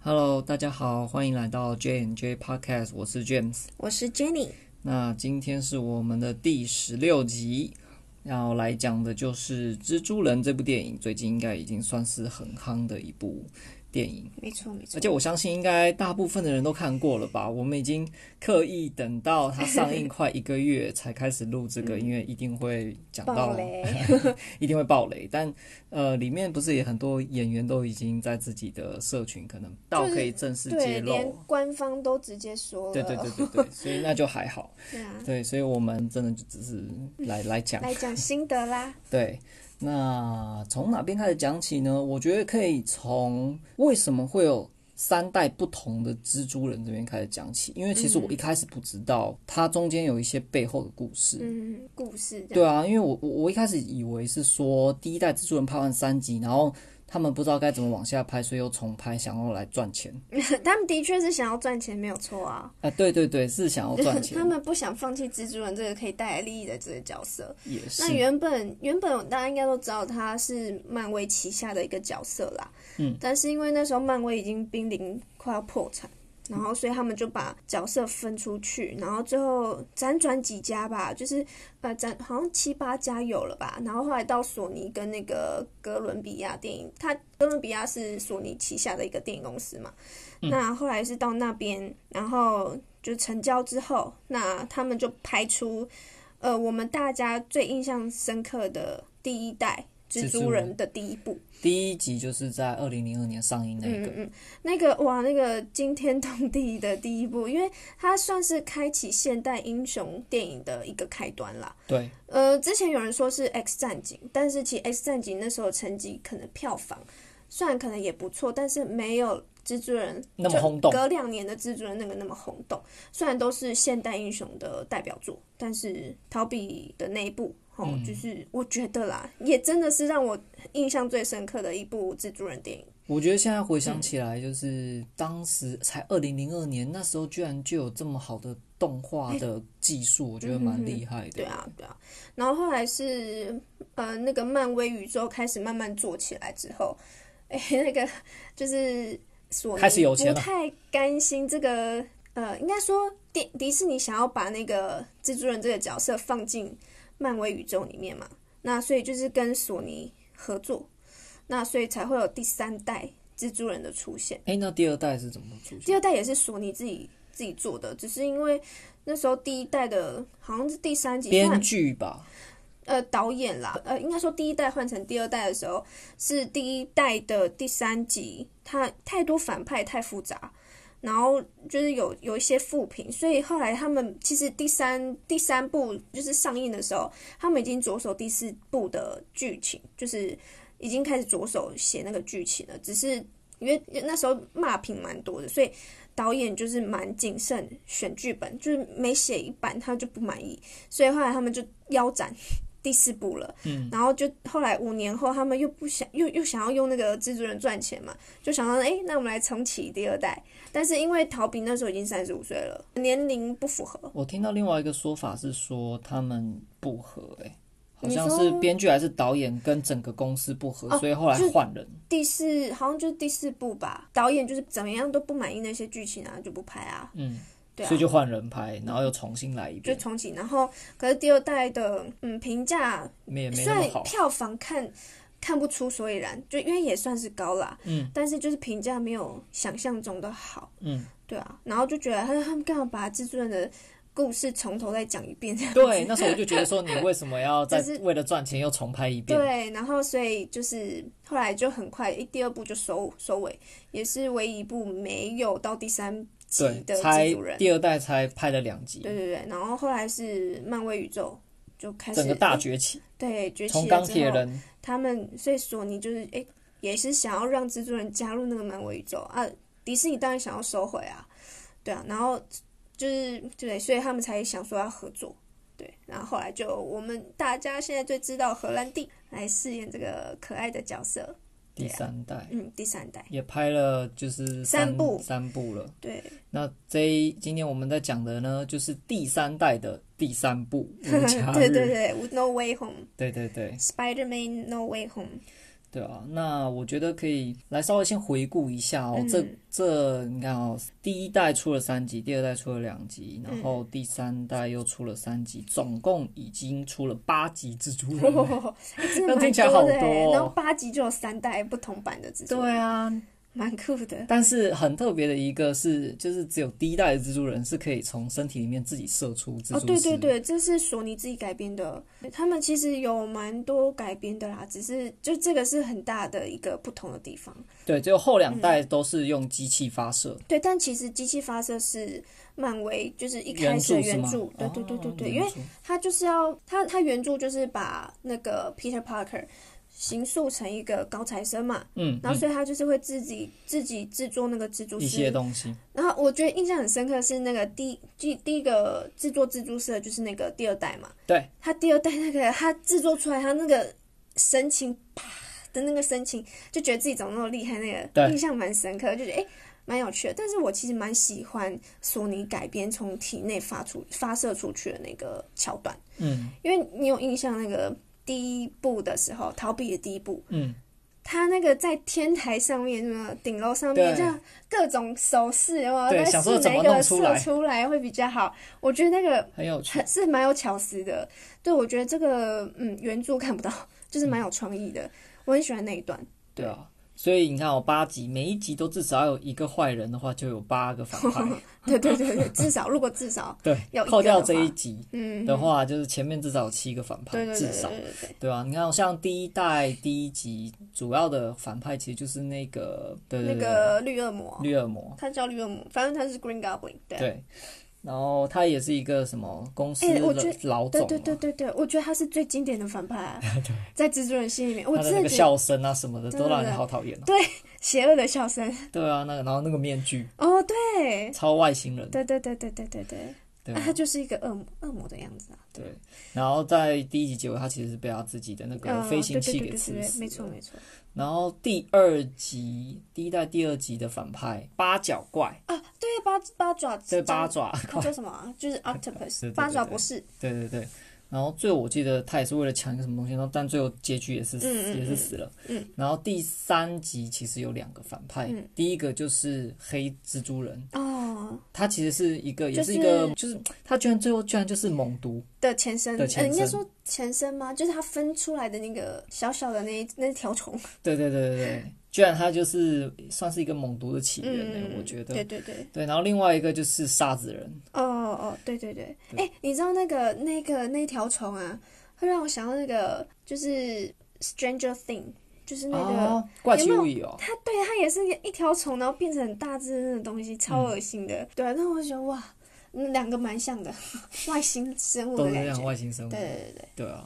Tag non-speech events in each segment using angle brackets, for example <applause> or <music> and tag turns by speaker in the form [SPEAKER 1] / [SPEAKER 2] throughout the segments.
[SPEAKER 1] Hello，大家好，欢迎来到 J n J Podcast，我是 James。
[SPEAKER 2] 我是 Jenny，
[SPEAKER 1] 那今天是我们的第十六集，要来讲的就是《蜘蛛人》这部电影，最近应该已经算是很夯的一部电影，
[SPEAKER 2] 没错没错，
[SPEAKER 1] 而且我相信应该大部分的人都看过了吧？我们已经刻意等到它上映快一个月才开始录这个，因为一定会讲
[SPEAKER 2] 嗯爆
[SPEAKER 1] 到，
[SPEAKER 2] 雷，
[SPEAKER 1] 一定会爆雷。但呃，里面不是也很多演员都已经在自己的社群可能到
[SPEAKER 2] 就是
[SPEAKER 1] 可以正式揭
[SPEAKER 2] 对，
[SPEAKER 1] 露
[SPEAKER 2] 连。官方都直接说了，
[SPEAKER 1] 对对对对对，所以那就还好。
[SPEAKER 2] 对啊，
[SPEAKER 1] 对，所以我们真的就只是来来讲。
[SPEAKER 2] 来讲心得啦，
[SPEAKER 1] 对，那从哪边开始讲起呢？我觉得可以从为什么会有三代不同的蜘蛛人这边开始讲起，因为其实我一开始不知道它中间有一些背后的故事。
[SPEAKER 2] 嗯，故事这
[SPEAKER 1] 对
[SPEAKER 2] 样，
[SPEAKER 1] 啊，因为我我我一开始以为是说第一代蜘蛛人拍完三集，然后他们不知道该怎么往下拍，所以又重拍，想要来赚钱。
[SPEAKER 2] 他们的确是想要赚钱，没有错啊，
[SPEAKER 1] 啊、对对对，是想要赚钱
[SPEAKER 2] <laughs> 他，们不想放弃蜘蛛人这个可以带来利益的这个角色。
[SPEAKER 1] 也
[SPEAKER 2] 那
[SPEAKER 1] 是。
[SPEAKER 2] 原本原本大家应该都知道他是漫威旗下的一个角色啦，
[SPEAKER 1] 嗯，
[SPEAKER 2] 但是因为那时候漫威已经濒临快要破产，然后所以他们就把角色分出去，然后最后辗转几家吧，就是呃辗好像七八家有了吧，然后后来到索尼跟那个哥伦比亚电影，他哥伦比亚是索尼旗下的一个电影公司嘛，那后来是到那边，然后就成交之后，那他们就拍出。呃，我们大家最印象深刻的第一代蜘
[SPEAKER 1] 蜘蛛
[SPEAKER 2] 蛛
[SPEAKER 1] 人
[SPEAKER 2] 人的第一部，
[SPEAKER 1] 第一集就是在二零零二年上映那
[SPEAKER 2] 嗯
[SPEAKER 1] 个
[SPEAKER 2] 嗯，嗯，那个哇，那个惊天动地的第一部，因为它算是开启现代英雄电影的一个开端啦。
[SPEAKER 1] 对，
[SPEAKER 2] 呃，之前有人说是《X 战警》，但是其实《X 战警》那时候成绩可能票房虽然可能也不错，但是没有蜘蛛人
[SPEAKER 1] 那么
[SPEAKER 2] 就
[SPEAKER 1] 轰动
[SPEAKER 2] 隔两年的蜘蛛人那个那么轰动，虽然都是现代英雄的代表作，但是陶比的那一部。哦，就是我觉得啦，也真的是让我印象最深刻的一部蜘蛛人电影。
[SPEAKER 1] 我觉得现在回想起来，就是当时才二零零二年，那时候居然就有这么好的动画的技术，我觉得蛮厉害
[SPEAKER 2] 对
[SPEAKER 1] 的。
[SPEAKER 2] 啊，对啊。然后后来是呃，那个漫威宇宙开始慢慢做起来之后，哎、那个就是索尼
[SPEAKER 1] 开始有钱了
[SPEAKER 2] 不太甘心这个呃，应该说迪迪士尼想要把那个蜘蛛人这个角色放进漫威宇宙里面嘛，那所以就是跟索尼合作，那所以才会有第三代蜘蛛人的出现。
[SPEAKER 1] 哎、那第二代是怎么出
[SPEAKER 2] 第
[SPEAKER 1] 现？
[SPEAKER 2] 二代也是索尼自己自己做的，只是因为那时候第一代的好像是第三集
[SPEAKER 1] 编
[SPEAKER 2] 换
[SPEAKER 1] 剧吧，
[SPEAKER 2] 呃导演啦，呃应该说第一代换成第二代的时候，是第一代的第三集，它太多反派太复杂，然后就是有有一些负评，所以后来他们其实第三第三部就是上映的时候，他们已经着手第四部的剧情，就是已经开始着手写那个剧情了，只是因为那时候骂评蛮多的，所以。导演就是蛮谨慎选剧本，就是每写一版他就不满意，所以后来他们就腰斩第四部了，嗯，然后就后来五年后，他们又不想又又想要用那个蜘蛛人赚钱嘛，就想到哎，诶那我们来重启第二代，但是因为陶比那时候已经三十五岁了，年龄不符合，
[SPEAKER 1] 我听到另外一个说法是说他们不和、哎，好
[SPEAKER 2] 你
[SPEAKER 1] 像
[SPEAKER 2] 说哦
[SPEAKER 1] 是编剧还是导演跟整个公司不和，所以后来换人。
[SPEAKER 2] 第四好像就是第四部吧，导演就是怎么样都不满意那些剧情啊，就不拍啊，
[SPEAKER 1] 嗯，
[SPEAKER 2] 对啊
[SPEAKER 1] 所以，就换人拍，然后又重新来一
[SPEAKER 2] 就
[SPEAKER 1] 遍，
[SPEAKER 2] 重启，然后可是第二代的嗯评价
[SPEAKER 1] 没也没
[SPEAKER 2] 虽
[SPEAKER 1] 那么
[SPEAKER 2] 然
[SPEAKER 1] 好。
[SPEAKER 2] 票房看看不出所以然，就因为也算是高啦，
[SPEAKER 1] 嗯，
[SPEAKER 2] 但是就是评价没有想象中的好，
[SPEAKER 1] 嗯，
[SPEAKER 2] 对啊，然后就觉得他他们干嘛把蜘蛛人的故事从头再讲一遍？ <laughs>
[SPEAKER 1] 对，那时候我就觉得说，你为什么要再
[SPEAKER 2] 就是
[SPEAKER 1] 为了赚钱又重拍一遍？
[SPEAKER 2] 对，然后所以就是后来就很快，一第二部就收收尾，也是唯一一部没有到第三集
[SPEAKER 1] 对，
[SPEAKER 2] 的
[SPEAKER 1] 才
[SPEAKER 2] 蜘蛛人，
[SPEAKER 1] 第二代才拍了两集，
[SPEAKER 2] 对对对，然后后来是漫威宇宙就开始哎
[SPEAKER 1] 整个大崛起，
[SPEAKER 2] 对崛
[SPEAKER 1] 从
[SPEAKER 2] 起
[SPEAKER 1] 钢
[SPEAKER 2] 了之
[SPEAKER 1] 铁
[SPEAKER 2] 后。
[SPEAKER 1] 人
[SPEAKER 2] 他们所以索尼就是诶、也是想要让蜘蛛人加入那个漫威宇宙啊，迪士尼当然想要收回啊，对啊，然后就是对，所以他们才想说要合作，对，然后后来就我们大家现在最知道荷兰弟来饰演这个可爱的角色，
[SPEAKER 1] 第三代
[SPEAKER 2] 嗯，第三代，
[SPEAKER 1] 也拍了，就是
[SPEAKER 2] 三部
[SPEAKER 1] 三部了。
[SPEAKER 2] 对，
[SPEAKER 1] 那这一今天我们在讲的呢，就是第三代的第三
[SPEAKER 2] <laughs>
[SPEAKER 1] 部《无家日》
[SPEAKER 2] 对对对，With No Way Home，
[SPEAKER 1] 对对对
[SPEAKER 2] Spider-Man No Way Home，
[SPEAKER 1] 对啊，那我觉得可以来稍微先回顾一下哦，
[SPEAKER 2] 嗯
[SPEAKER 1] 这这你看哦，第一代出了三集，第二代出了两集，然后第三代又出了三集，总共已经出了八集蜘蛛人了。
[SPEAKER 2] 哦， <laughs> 哎真
[SPEAKER 1] 嗯那
[SPEAKER 2] 的
[SPEAKER 1] 听
[SPEAKER 2] 蛮
[SPEAKER 1] 起来好
[SPEAKER 2] 的
[SPEAKER 1] 多
[SPEAKER 2] 欸
[SPEAKER 1] 哦
[SPEAKER 2] 然后八集就有三代不同版的蜘蛛，
[SPEAKER 1] 对啊，
[SPEAKER 2] 蛮酷的。
[SPEAKER 1] 但是很特别的一个是，就是只有第一代的蜘蛛人是可以从身体里面自己射出蜘蛛
[SPEAKER 2] 哦，
[SPEAKER 1] 丝。
[SPEAKER 2] 对对对，这是索尼自己改编的，他们其实有蛮多改编的啦，只是就这个是很大的一个不同的地方。
[SPEAKER 1] 对，只有后两代都是用机器发射。
[SPEAKER 2] 对，但其实机器发射是漫威就是嗯一开始的
[SPEAKER 1] 是
[SPEAKER 2] 原
[SPEAKER 1] 吗
[SPEAKER 2] 著，对对对对
[SPEAKER 1] 哦
[SPEAKER 2] 对，因
[SPEAKER 1] 原
[SPEAKER 2] 为
[SPEAKER 1] 著
[SPEAKER 2] 他就是要他他原著就是把那个 Peter Parker 形塑成一个高材生嘛，
[SPEAKER 1] 嗯，
[SPEAKER 2] 然
[SPEAKER 1] 嗯
[SPEAKER 2] 后所以他就是会自己自己制作那个蜘蛛
[SPEAKER 1] 一些
[SPEAKER 2] 丝。
[SPEAKER 1] 东西，
[SPEAKER 2] 然后我觉得印象很深刻是那个第第第一个制作蜘蛛丝的就是那个第二代嘛，
[SPEAKER 1] 对，
[SPEAKER 2] 他第二代那个他制作出来他那个神情啪的那个神情，就觉得自己怎么那么厉害，那
[SPEAKER 1] 对
[SPEAKER 2] 个印象蛮深刻，就觉得诶蛮有趣的。但是我其实蛮喜欢索尼改编从体内发出发射出去的那个桥段，
[SPEAKER 1] 嗯
[SPEAKER 2] 因为你有印象那个第一部的时候，逃避的第一部，
[SPEAKER 1] 嗯，
[SPEAKER 2] 他那个在天台上面呢，顶楼上面，
[SPEAKER 1] 对
[SPEAKER 2] 这样各种手势，然后
[SPEAKER 1] 对
[SPEAKER 2] 在
[SPEAKER 1] 想说
[SPEAKER 2] 试
[SPEAKER 1] 怎
[SPEAKER 2] 哪
[SPEAKER 1] 么
[SPEAKER 2] 一
[SPEAKER 1] 弄
[SPEAKER 2] 个
[SPEAKER 1] 出
[SPEAKER 2] 射
[SPEAKER 1] 来
[SPEAKER 2] 出来会比较好。我觉得那个
[SPEAKER 1] 很有趣
[SPEAKER 2] 很。是蛮有巧思的，对我觉得这个嗯原著看不到，就是蛮有创意的，我很喜欢那一段。
[SPEAKER 1] 对啊，所以你看哦，八集，每一集都至少要有一个坏人的话，就有八个反
[SPEAKER 2] <laughs>
[SPEAKER 1] 派。
[SPEAKER 2] 对对对对，至少如果至少
[SPEAKER 1] 对
[SPEAKER 2] 有，一
[SPEAKER 1] 扣掉
[SPEAKER 2] 个的
[SPEAKER 1] 这一
[SPEAKER 2] 话
[SPEAKER 1] 集
[SPEAKER 2] 嗯，
[SPEAKER 1] 的话，就是前面至少有七个反派
[SPEAKER 2] 对，对对
[SPEAKER 1] 至
[SPEAKER 2] 对
[SPEAKER 1] 少
[SPEAKER 2] 对。对对，
[SPEAKER 1] 对啊，你看哦，像第一代第一集主要的反派其实就是那个，对对
[SPEAKER 2] 那
[SPEAKER 1] 对，
[SPEAKER 2] 个绿恶魔，
[SPEAKER 1] 绿恶魔，
[SPEAKER 2] 他叫绿恶魔，反正他是 Green Goblin，对
[SPEAKER 1] 对。然后他也是一个什么公司
[SPEAKER 2] 哎
[SPEAKER 1] 的
[SPEAKER 2] 我觉得
[SPEAKER 1] 老总啊
[SPEAKER 2] 对
[SPEAKER 1] 嘛，
[SPEAKER 2] 对对对对，我觉得他是最经典的反派啊、在蜘蛛人心里面，我
[SPEAKER 1] 他的
[SPEAKER 2] 真
[SPEAKER 1] 那
[SPEAKER 2] 的
[SPEAKER 1] 个
[SPEAKER 2] 觉得
[SPEAKER 1] 笑声啊什么的
[SPEAKER 2] 对
[SPEAKER 1] 都让
[SPEAKER 2] 对
[SPEAKER 1] 人
[SPEAKER 2] 对
[SPEAKER 1] 好讨厌哦。
[SPEAKER 2] 邪恶的笑声。
[SPEAKER 1] 对啊，那个然后那个面具
[SPEAKER 2] 哦，对，
[SPEAKER 1] 超外星人，
[SPEAKER 2] 对对对对对对对，
[SPEAKER 1] 对
[SPEAKER 2] 啊
[SPEAKER 1] 啊，
[SPEAKER 2] 他就是一个恶魔恶魔的样子啊。
[SPEAKER 1] 对。然后在第一集结尾，他其实是被他自己的那个
[SPEAKER 2] 嗯，
[SPEAKER 1] 飞
[SPEAKER 2] 对
[SPEAKER 1] 行
[SPEAKER 2] 对
[SPEAKER 1] 器
[SPEAKER 2] 对
[SPEAKER 1] 给
[SPEAKER 2] 对
[SPEAKER 1] 刺
[SPEAKER 2] 对对，
[SPEAKER 1] 死。
[SPEAKER 2] 没错。没错。
[SPEAKER 1] 然后第二集，第一代第二集的反派八角怪，
[SPEAKER 2] 啊，对八八爪子，
[SPEAKER 1] 这八爪 <laughs>
[SPEAKER 2] 它
[SPEAKER 1] 怪，
[SPEAKER 2] 叫什么啊？就是
[SPEAKER 1] 对对
[SPEAKER 2] octopus，
[SPEAKER 1] 哦对
[SPEAKER 2] 八爪博士。
[SPEAKER 1] 对对对。然后最后我记得他也是为了抢一个什么东西，然后但最后结局也是死
[SPEAKER 2] 嗯嗯嗯
[SPEAKER 1] 也是死了。
[SPEAKER 2] 嗯。
[SPEAKER 1] 然后第三集其实有两个反派
[SPEAKER 2] 嗯，
[SPEAKER 1] 第一个就是黑蜘蛛人，
[SPEAKER 2] 哦
[SPEAKER 1] 他其实是一个也
[SPEAKER 2] 就是
[SPEAKER 1] 是一个就是他居然最后居然就是猛毒，
[SPEAKER 2] 的前身，
[SPEAKER 1] 的前
[SPEAKER 2] 呃，应该
[SPEAKER 1] 身
[SPEAKER 2] 说前身吗？就是它分出来的那个小小的那一那
[SPEAKER 1] <laughs>
[SPEAKER 2] 条虫。
[SPEAKER 1] 对对对对对，居然他就是算是一个猛毒的起源呢、
[SPEAKER 2] 嗯，
[SPEAKER 1] 我觉得。
[SPEAKER 2] 对对对，
[SPEAKER 1] 对，然后另外一个就是沙子人，
[SPEAKER 2] 哦哦，对对对，哎，你知道那个那个那条虫啊，会让我想到那个就是 Stranger Thing，就是哎那个。
[SPEAKER 1] 哦，怪奇物语哦，
[SPEAKER 2] 它对它也是一条虫，然后变成很大只的那种东西，超恶心的。
[SPEAKER 1] 嗯
[SPEAKER 2] 对，那我就觉得哇，嗯两个蛮像的 <laughs> 外星生物
[SPEAKER 1] 都
[SPEAKER 2] 的
[SPEAKER 1] 是
[SPEAKER 2] 感
[SPEAKER 1] 这样
[SPEAKER 2] 觉。
[SPEAKER 1] 外星生物，
[SPEAKER 2] 对对对
[SPEAKER 1] 对啊。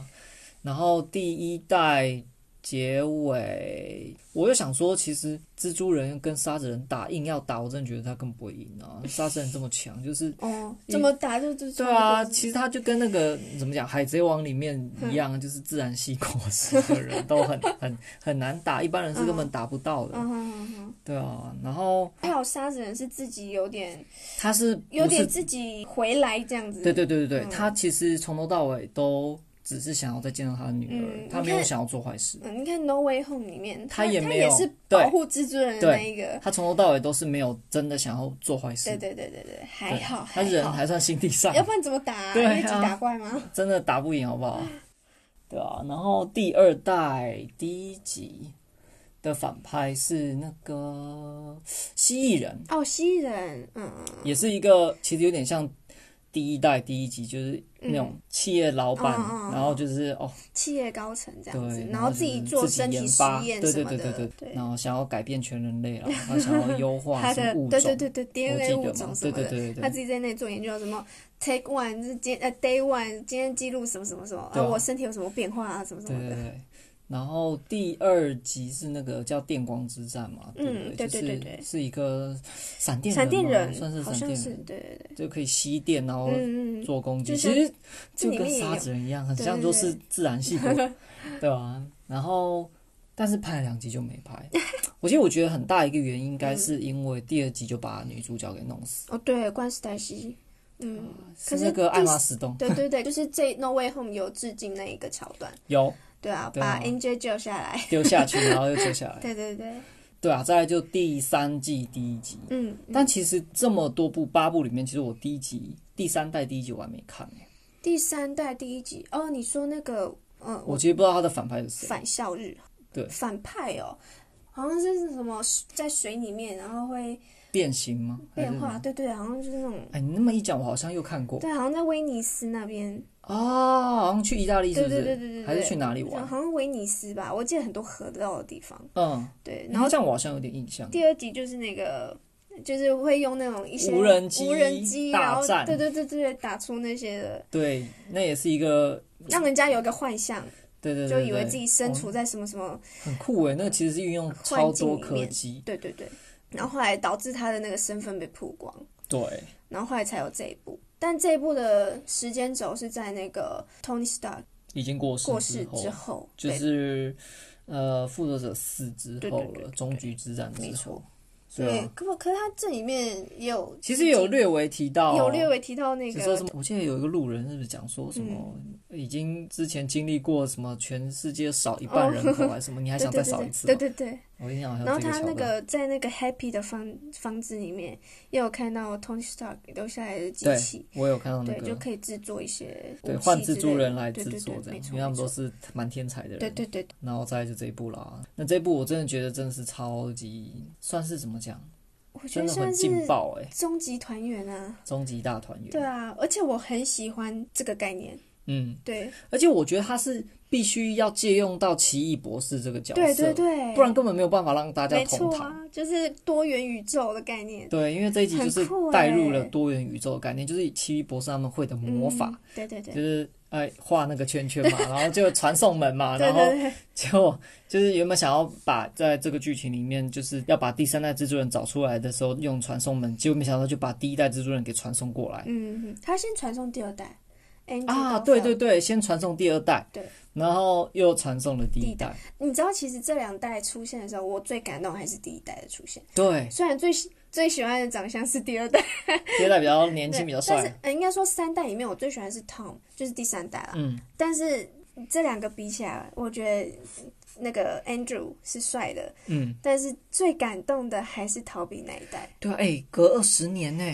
[SPEAKER 1] 然后第一代结尾，我就想说，其实蜘蛛人跟沙子人打，硬要打，我真的觉得他更不会赢啊。沙子人这么强，
[SPEAKER 2] <laughs>
[SPEAKER 1] 就是
[SPEAKER 2] 对，哦，
[SPEAKER 1] 一
[SPEAKER 2] 怎么打就就
[SPEAKER 1] 对啊，其实他就跟那个怎么讲，《海贼王》里面一样，就是自然系果实的
[SPEAKER 2] <laughs>
[SPEAKER 1] 人都很很很难打，一般人是根本打不到的。
[SPEAKER 2] 嗯哼嗯哼，
[SPEAKER 1] 对啊，然后
[SPEAKER 2] 还有杀子人是自己有点
[SPEAKER 1] 他是不
[SPEAKER 2] 有点
[SPEAKER 1] 是
[SPEAKER 2] 自己回来这样子。
[SPEAKER 1] 对对对对对，
[SPEAKER 2] 嗯
[SPEAKER 1] 他其实从头到尾都只是想要再见到他的女儿，
[SPEAKER 2] 嗯
[SPEAKER 1] 他没
[SPEAKER 2] 你
[SPEAKER 1] 有
[SPEAKER 2] 看
[SPEAKER 1] 想要做坏事，
[SPEAKER 2] 嗯，你看《No Way Home》里面，
[SPEAKER 1] 他
[SPEAKER 2] 他
[SPEAKER 1] 也没有
[SPEAKER 2] 他也是
[SPEAKER 1] 对
[SPEAKER 2] 保护蜘蛛人的
[SPEAKER 1] 对
[SPEAKER 2] 那一个。
[SPEAKER 1] 他从头到尾都是没有真的想要做坏事
[SPEAKER 2] 对
[SPEAKER 1] 的。
[SPEAKER 2] 对对对对，还
[SPEAKER 1] 对
[SPEAKER 2] 好
[SPEAKER 1] 他
[SPEAKER 2] 还
[SPEAKER 1] 人
[SPEAKER 2] 好，
[SPEAKER 1] 还算心地善，
[SPEAKER 2] 要不然怎么打、啊？
[SPEAKER 1] 对啊
[SPEAKER 2] 越级打怪吗？
[SPEAKER 1] 真的打不赢，好不好？对啊，然后第二代第一集的反派是那个蜥蜴人，
[SPEAKER 2] 哦，蜥蜴人，嗯，
[SPEAKER 1] 也是一个其实有点像第一代第一集，就是那种企业老板，
[SPEAKER 2] 嗯嗯嗯嗯
[SPEAKER 1] 然后就是哦
[SPEAKER 2] 企业高层这样子
[SPEAKER 1] 对，，
[SPEAKER 2] 然后
[SPEAKER 1] 自
[SPEAKER 2] 自己做身体
[SPEAKER 1] 研
[SPEAKER 2] 实
[SPEAKER 1] 发
[SPEAKER 2] 验
[SPEAKER 1] 对对
[SPEAKER 2] 什么
[SPEAKER 1] 对
[SPEAKER 2] 的，
[SPEAKER 1] 对对，然后想要改变全人类啊，他想要
[SPEAKER 2] <laughs>
[SPEAKER 1] 优化
[SPEAKER 2] 他
[SPEAKER 1] 什么
[SPEAKER 2] 的
[SPEAKER 1] 物种，
[SPEAKER 2] 对对对对
[SPEAKER 1] 我
[SPEAKER 2] DNA 物
[SPEAKER 1] 记得
[SPEAKER 2] 种
[SPEAKER 1] 嘛，
[SPEAKER 2] 什
[SPEAKER 1] 对
[SPEAKER 2] 么
[SPEAKER 1] 对
[SPEAKER 2] 的，
[SPEAKER 1] 对
[SPEAKER 2] 他
[SPEAKER 1] 对
[SPEAKER 2] 自
[SPEAKER 1] 对，
[SPEAKER 2] 己在那里做研究，什么 take one 是今呃 day one 今天记录什么什么什么，
[SPEAKER 1] 对
[SPEAKER 2] 啊
[SPEAKER 1] 啊
[SPEAKER 2] 我身体有什么变化啊什么什
[SPEAKER 1] 对
[SPEAKER 2] 么
[SPEAKER 1] 对
[SPEAKER 2] 的，
[SPEAKER 1] 对。然后第二集是那个叫电光之战嘛，对
[SPEAKER 2] 嗯
[SPEAKER 1] 不
[SPEAKER 2] 对
[SPEAKER 1] 就
[SPEAKER 2] 对
[SPEAKER 1] 是
[SPEAKER 2] 对对
[SPEAKER 1] 是一个闪电哦
[SPEAKER 2] 闪电
[SPEAKER 1] 嘛
[SPEAKER 2] 人
[SPEAKER 1] 算是
[SPEAKER 2] 好
[SPEAKER 1] 闪电
[SPEAKER 2] 像是
[SPEAKER 1] 人，
[SPEAKER 2] 对对对，
[SPEAKER 1] 就可以吸电，然后
[SPEAKER 2] 嗯嗯嗯，
[SPEAKER 1] 做攻击。
[SPEAKER 2] 就
[SPEAKER 1] 其
[SPEAKER 2] 像
[SPEAKER 1] 实
[SPEAKER 2] 这
[SPEAKER 1] 就
[SPEAKER 2] 里
[SPEAKER 1] 跟
[SPEAKER 2] 面也
[SPEAKER 1] 沙
[SPEAKER 2] 有
[SPEAKER 1] 子人一样，很
[SPEAKER 2] 对
[SPEAKER 1] 像
[SPEAKER 2] 对
[SPEAKER 1] 都
[SPEAKER 2] 对
[SPEAKER 1] 是自然系
[SPEAKER 2] <laughs>
[SPEAKER 1] 统，对吧？然后，但是拍了两集就没拍。我其实我觉得很大一个原因，应
[SPEAKER 2] 嗯
[SPEAKER 1] 该是因为第二集就把女主角给弄死，
[SPEAKER 2] 哦对，关斯黛西，嗯，可
[SPEAKER 1] 那
[SPEAKER 2] 是
[SPEAKER 1] 个
[SPEAKER 2] 第
[SPEAKER 1] 艾玛史东
[SPEAKER 2] 对对对，就是这 No Way Home 有致敬那一个桥段，
[SPEAKER 1] 有，
[SPEAKER 2] 对啊，
[SPEAKER 1] 对啊
[SPEAKER 2] 把 NJ 救下来。
[SPEAKER 1] 丢下
[SPEAKER 2] <laughs>
[SPEAKER 1] 去，然后又救下来。
[SPEAKER 2] 对对对，
[SPEAKER 1] 对啊，再来就第三季第一集。
[SPEAKER 2] 嗯，
[SPEAKER 1] 但其实这么多部八部里面，其实我第一集第三代第一集我还没看欸
[SPEAKER 2] 第三代第一集哦，你说那个呃，
[SPEAKER 1] 我其实不知道他的反派是谁。
[SPEAKER 2] 反校日，
[SPEAKER 1] 对
[SPEAKER 2] 反派哦，好像是什么在水里面，然后会
[SPEAKER 1] 变形吗？还是
[SPEAKER 2] 变化，对对，好像就是那种，
[SPEAKER 1] 哎，你那么一讲，我好像又看过
[SPEAKER 2] 对，好像在威尼斯那边，
[SPEAKER 1] 哦，好像去意大利是
[SPEAKER 2] 对
[SPEAKER 1] 不
[SPEAKER 2] 对
[SPEAKER 1] 是？
[SPEAKER 2] 对对对，对
[SPEAKER 1] 还是去哪里玩？
[SPEAKER 2] 好像威尼斯吧，我记得很多河道的地方，
[SPEAKER 1] 嗯，
[SPEAKER 2] 对，然
[SPEAKER 1] 然
[SPEAKER 2] 后
[SPEAKER 1] 后这样我好像有点印象。
[SPEAKER 2] 第二集就是那个，就是会用那种一些
[SPEAKER 1] 无人机
[SPEAKER 2] 无人机，
[SPEAKER 1] 大
[SPEAKER 2] 然后
[SPEAKER 1] 战
[SPEAKER 2] 对对对对，打出那些的，
[SPEAKER 1] 对，那也是一个，
[SPEAKER 2] 让人家有一个幻象，
[SPEAKER 1] 对对对
[SPEAKER 2] 就
[SPEAKER 1] 对，
[SPEAKER 2] 以为自己身
[SPEAKER 1] 哦
[SPEAKER 2] 处在什么什么，
[SPEAKER 1] 很酷欸诶，那个其实是运用超多科技，
[SPEAKER 2] 对对对，然后后来导致他的那个身份被曝光，
[SPEAKER 1] 对，
[SPEAKER 2] 然后后来才有这一部。但这一部的时间轴是在那个 Tony Stark
[SPEAKER 1] 已经过世
[SPEAKER 2] 过世
[SPEAKER 1] 后
[SPEAKER 2] 之后，
[SPEAKER 1] 就
[SPEAKER 2] 对
[SPEAKER 1] 是呃复仇者四之
[SPEAKER 2] 对对
[SPEAKER 1] 后
[SPEAKER 2] 对对
[SPEAKER 1] 了，
[SPEAKER 2] 对
[SPEAKER 1] 终局之战之
[SPEAKER 2] 没
[SPEAKER 1] 后
[SPEAKER 2] 错，
[SPEAKER 1] 对
[SPEAKER 2] 对
[SPEAKER 1] 啊，，
[SPEAKER 2] 可不可是他这里面也有
[SPEAKER 1] 其实有略微提到，
[SPEAKER 2] 有略微提到那
[SPEAKER 1] 就哦说什
[SPEAKER 2] 个嗯
[SPEAKER 1] 么？我记得有一个路人是不是讲说什么、已经之前经历过什么全世界少一半人
[SPEAKER 2] <laughs>
[SPEAKER 1] 口还啊是什么？你还
[SPEAKER 2] 哦对
[SPEAKER 1] 想再
[SPEAKER 2] 对
[SPEAKER 1] 少一
[SPEAKER 2] 对
[SPEAKER 1] 次哦
[SPEAKER 2] 对
[SPEAKER 1] 吗？
[SPEAKER 2] 对对。
[SPEAKER 1] 我印象好
[SPEAKER 2] 然后
[SPEAKER 1] 像这
[SPEAKER 2] 他那
[SPEAKER 1] 桥段。
[SPEAKER 2] 个在那个 Happy 的房房子里面，也有看到 Tony Stark 留下来的机
[SPEAKER 1] 对
[SPEAKER 2] 器，，
[SPEAKER 1] 我有看到那
[SPEAKER 2] 对，就
[SPEAKER 1] 个，
[SPEAKER 2] 可以制作一些武
[SPEAKER 1] 对，
[SPEAKER 2] 器
[SPEAKER 1] 换
[SPEAKER 2] 之
[SPEAKER 1] 蜘
[SPEAKER 2] 类
[SPEAKER 1] 蛛
[SPEAKER 2] 的
[SPEAKER 1] 人来制
[SPEAKER 2] 对对
[SPEAKER 1] 作
[SPEAKER 2] 对
[SPEAKER 1] 这
[SPEAKER 2] 没
[SPEAKER 1] 样，因
[SPEAKER 2] 错
[SPEAKER 1] 为他们
[SPEAKER 2] 没
[SPEAKER 1] 都
[SPEAKER 2] 错
[SPEAKER 1] 是蛮天才的人。
[SPEAKER 2] 对对对，
[SPEAKER 1] 然后再来就这一部啦，那这一部我真的觉得真的是超级，算是怎么讲，
[SPEAKER 2] 我觉
[SPEAKER 1] 真
[SPEAKER 2] 得
[SPEAKER 1] 的很
[SPEAKER 2] 算是
[SPEAKER 1] 劲爆哎、
[SPEAKER 2] 终极团圆啊，
[SPEAKER 1] 终极大团圆。
[SPEAKER 2] 对啊，而且我很喜欢这个概念，
[SPEAKER 1] 嗯，
[SPEAKER 2] 对
[SPEAKER 1] 而且我觉得他是必须要借用到奇异博士这个角色，
[SPEAKER 2] 对对对，
[SPEAKER 1] 不然根本没有办法让大家
[SPEAKER 2] 没
[SPEAKER 1] 同
[SPEAKER 2] 错
[SPEAKER 1] 堂。
[SPEAKER 2] 啊，就是多元宇宙的概念，
[SPEAKER 1] 对，因为这一集就是
[SPEAKER 2] 很酷欸
[SPEAKER 1] 带入了多元宇宙的概念，就是奇异博士他们会的魔法
[SPEAKER 2] 嗯，，对对对
[SPEAKER 1] 就。是哎画那个圈圈嘛，然后就传送门嘛，
[SPEAKER 2] <laughs> 对
[SPEAKER 1] 啊然后
[SPEAKER 2] 对嗯对，
[SPEAKER 1] 就就是原本想要把在这个剧情里面，就是要把第三代蜘蛛人找出来的时候用传送门，结果没想到就把第一代蜘蛛人给传送过来。
[SPEAKER 2] 嗯，嗯他先传送第二代，Andrew
[SPEAKER 1] 啊，
[SPEAKER 2] Garfield
[SPEAKER 1] 对对对，先传送第二代，
[SPEAKER 2] 对，
[SPEAKER 1] 然后又传送了第一代，
[SPEAKER 2] 你知道，其实这两代出现的时候，我最感动还是第一代的出现。
[SPEAKER 1] 对，
[SPEAKER 2] 虽然最喜最喜欢的长相是第二代，
[SPEAKER 1] 第二代比较年
[SPEAKER 2] 对
[SPEAKER 1] 轻，比较
[SPEAKER 2] 但是
[SPEAKER 1] 帅，
[SPEAKER 2] 呃，应该说三代里面我最喜欢是 Tom，就是第三代啦。
[SPEAKER 1] 嗯，
[SPEAKER 2] 但是这两个比起来，我觉得那个 Andrew 是帅的， <laughs>
[SPEAKER 1] 嗯，
[SPEAKER 2] 但是最感动的还是逃避那一代。
[SPEAKER 1] 对啊，哎、隔二十年呢、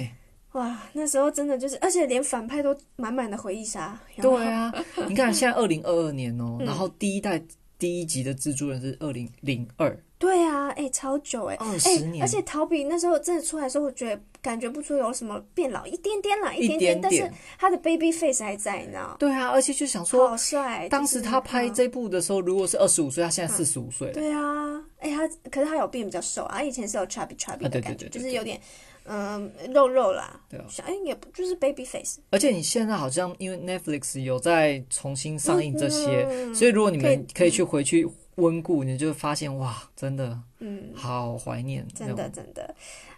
[SPEAKER 2] 哇，那时候真的就是，而且连反派都满满的回忆杀。有没
[SPEAKER 1] 对
[SPEAKER 2] 有，
[SPEAKER 1] 啊，你看现在二零二二年哦、
[SPEAKER 2] 嗯
[SPEAKER 1] 然后第一代第一集的蜘蛛人是二零零二，
[SPEAKER 2] 对啊，哎、超久哎、
[SPEAKER 1] 二
[SPEAKER 2] 哎、
[SPEAKER 1] 十年，
[SPEAKER 2] 而且逃避那时候真的出来的时候，我觉得感觉不出有什么变老，一点点啦，
[SPEAKER 1] 一
[SPEAKER 2] 点
[SPEAKER 1] 点
[SPEAKER 2] 但是
[SPEAKER 1] 点，
[SPEAKER 2] 他的 baby face 还在，你知道？
[SPEAKER 1] 对啊，而且就想说，
[SPEAKER 2] 好帅！
[SPEAKER 1] 当
[SPEAKER 2] 就是
[SPEAKER 1] 时他拍
[SPEAKER 2] 嗯
[SPEAKER 1] 这部的时候，如果是二十五岁，他现在四十五岁了，
[SPEAKER 2] 对啊，哎、他可是他有变比较瘦啊，他以前是有 chubby
[SPEAKER 1] 啊
[SPEAKER 2] chubby
[SPEAKER 1] 对对
[SPEAKER 2] 的
[SPEAKER 1] 对
[SPEAKER 2] 感觉，
[SPEAKER 1] 对
[SPEAKER 2] 就
[SPEAKER 1] 对
[SPEAKER 2] 是有点嗯肉肉啦，
[SPEAKER 1] 对啊
[SPEAKER 2] 小哎也不就是 baby face，
[SPEAKER 1] 而且你现在好像因为 Netflix 有在重新 <laughs> 上映这些，
[SPEAKER 2] 嗯
[SPEAKER 1] 所以如果你们可
[SPEAKER 2] 可以
[SPEAKER 1] 以去回去温故，你就会发现哇，真的
[SPEAKER 2] 嗯，
[SPEAKER 1] 好怀念，
[SPEAKER 2] 真
[SPEAKER 1] 那
[SPEAKER 2] 的
[SPEAKER 1] 种
[SPEAKER 2] 真的。